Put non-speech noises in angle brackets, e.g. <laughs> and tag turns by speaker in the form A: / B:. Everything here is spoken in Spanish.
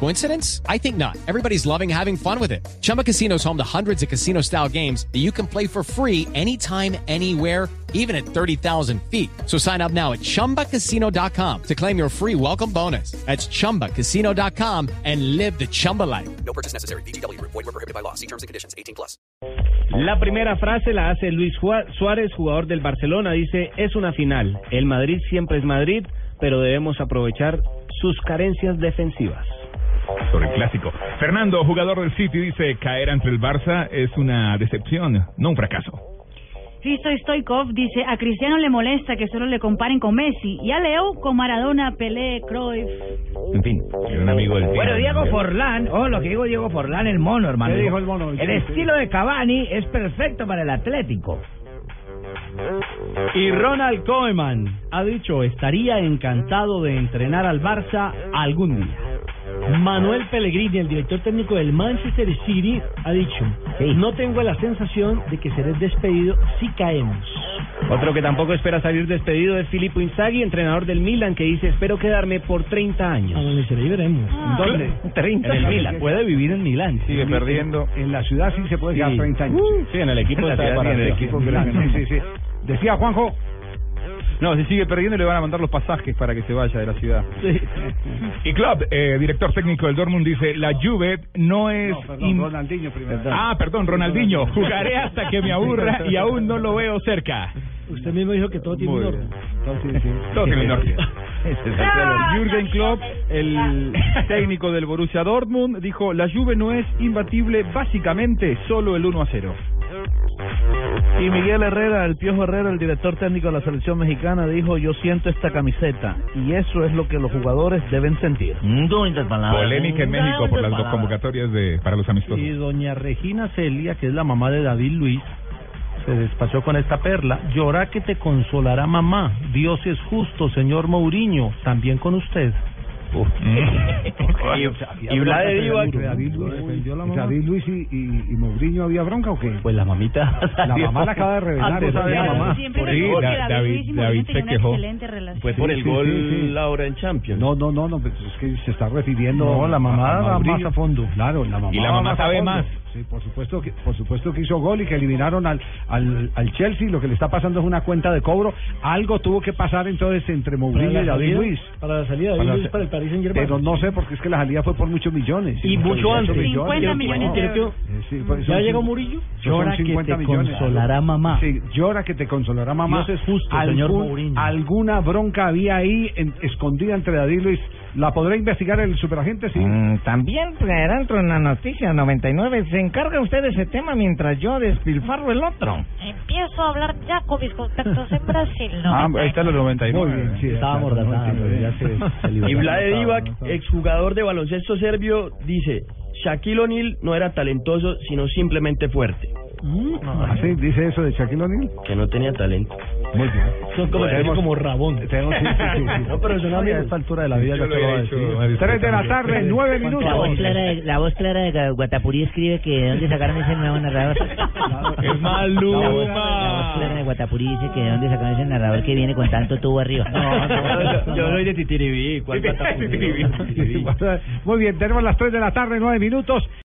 A: Coincidence? I think not. Everybody's loving having fun with it. Chumba Casino is home to hundreds of casino style games that you can play for free anytime, anywhere even at 30,000 feet. So sign up now at ChumbaCasino.com to claim your free welcome bonus. That's ChumbaCasino.com and live the Chumba life.
B: No purchase necessary. BGW. Void were prohibited by law. See terms and conditions. 18 plus.
C: La primera frase la hace Luis Jua- Suárez, jugador del Barcelona. Dice, es una final. El Madrid siempre es Madrid, pero debemos aprovechar sus carencias defensivas.
D: sobre el clásico. Fernando, jugador del City, dice caer ante el Barça es una decepción, no un fracaso.
E: Risto Stoikov dice, a Cristiano le molesta que solo le comparen con Messi y a Leo con Maradona, Pelé, Cruyff.
D: En fin, un amigo del
F: Bueno,
D: Tigre.
F: Diego Forlán, oh, lo que digo Diego Forlán, el mono, hermano.
C: ¿Qué dijo el mono?
F: El estilo de Cavani es perfecto para el Atlético.
G: Y Ronald Koeman ha dicho estaría encantado de entrenar al Barça algún día. Manuel Pellegrini, el director técnico del Manchester City, ha dicho, no tengo la sensación de que seré despedido si caemos.
C: Otro que tampoco espera salir despedido es Filippo Inzaghi, entrenador del Milan, que dice, espero quedarme por 30 años. Ah.
G: Amaneceré Ah, y veremos.
C: ¿Dónde? 30 en el Milan.
G: Puede vivir en Milán.
D: Sigue perdiendo.
H: En la ciudad sí se puede quedar
G: Sí.
H: 30 años.
D: Sí, en el equipo
H: En la
D: está
H: ciudad,
D: para
H: en el
D: arriba.
H: equipo grande. Sí, sí, sí. Decía Juanjo,
D: No, si sigue perdiendo le van a mandar los pasajes para que se vaya de la ciudad. Y Klopp, eh, director técnico del Dortmund, dice la Juve no es...
H: no, perdón,
D: in-
H: Ronaldinho primero.
D: Ah, perdón, Ronaldinho. Jugaré hasta que me aburra y aún no lo veo cerca.
G: Usted mismo dijo que todo tiene
D: Muy
G: un
D: bien.
G: orden.
H: Entonces, sí.
D: Todo <laughs> tiene un norte.
H: Ah,
I: Jürgen Klopp,
D: El
H: <laughs>
D: técnico del Borussia Dortmund dijo, la Juve no es imbatible, básicamente solo el 1 a 0.
F: Y Miguel Herrera, el Piojo Herrera, el director técnico de la selección mexicana, dijo, yo siento esta camiseta y eso es lo que los jugadores deben sentir.
D: Ah, Polémica en México por las dos convocatorias de, para los
G: Y
D: amistosos.
G: doña Regina Celia, que es la mamá de David Luis, se despachó con esta perla. Llora que te consolará mamá. Dios es justo, señor Mourinho, también con usted. <laughs>
H: Y
G: Vlade Divac.
H: David Luis,
G: Defendió la mamá.
H: David Luis y, y, y Mourinho, ¿había bronca o qué?
G: Pues la mamita.
H: La mamá la acaba de revelar.
G: Antes
H: eso
G: había
H: ya.
G: la mamá.
E: Siempre
D: por
E: me dijo
D: ahí,
E: que
D: Da- David-
E: Luiz y Mourinho
D: David se
E: tenían una
D: quejó.
E: excelente relación.
G: Pues
H: Sí, sí, sí, sí.
C: ahora en Champions.
H: No, no, no, no, pues es que se está refiriendo.
G: No, la mamá
H: a- a
G: va más
H: Mourinho.
G: a fondo.
H: Claro, la mamá.
D: Y la
H: va
D: mamá
H: a
D: sabe
H: fondo.
D: más.
H: Sí, por supuesto que por supuesto que hizo gol y que eliminaron al, al al Chelsea. Lo que le está pasando es una cuenta de cobro. Algo tuvo que pasar entonces entre Mourinho y David Luis.
G: Para la salida de David
H: Para la-
G: Luis para el Paris Saint Germain.
H: Pero no sé, porque es que la salida fue por muchos millones.
G: Y mucho
H: 18
G: antes.
E: 50 millones de euros.
H: Eh, sí, pues
G: ¿Ya
H: son
G: llegó
H: cin-
G: Murillo?
H: son 50 millones.
G: mamá.
H: Sí, llora que te consolará mamá.
G: Dios es justo, señor Mourinho.
H: Alguna bronca había ahí en- escondida entre David Luis. ¿La podrá investigar el superagente? Sí.
F: Mm, También traerá dentro en la noticia 99. Se encarga usted de ese tema mientras yo despilfarro el otro.
I: Empiezo a hablar ya con mis contactos
D: <laughs>
I: en Brasil. ¿no?
D: Ah, ahí están los
H: Muy
D: 99.
H: bien, sí.
G: Estaba
H: exacto,
G: amordazado,
H: no, sí,
G: ya se- se liberó.
C: Y Vlade
H: Estaba
C: Divac,
H: amordazado.
C: exjugador de baloncesto serbio, dice, Shaquille O'Neal no era talentoso, sino simplemente fuerte.
H: Ah, sí, dice eso de Shaquille O'Neal.
C: Que no tenía talento.
H: Muy bien.
G: Son como,
H: Tenemos-
G: como rabón.
C: <laughs>
H: tenemos- sí, sí, sí, sí.
G: No, pero son amigos. a esta altura de la vida
D: Yo
G: ya
D: lo
G: te lo
D: he
G: va a
D: dicho,
G: decir.
D: Mario.
H: Tres de la tarde, nueve
F: La voz
H: minutos.
F: clara de, la voz clara de Gua- Guatapurí escribe que de dónde sacaron ese nuevo narrador.
D: Es
F: La voz, la voz
D: Maluma.
F: clara de Guatapurí dice que de dónde sacaron ese narrador que viene con tanto tubo arriba.
C: Yo soy de Titiribí. ¿cuál pata-
H: <laughs> Muy bien, tenemos las tres de la tarde, nueve minutos.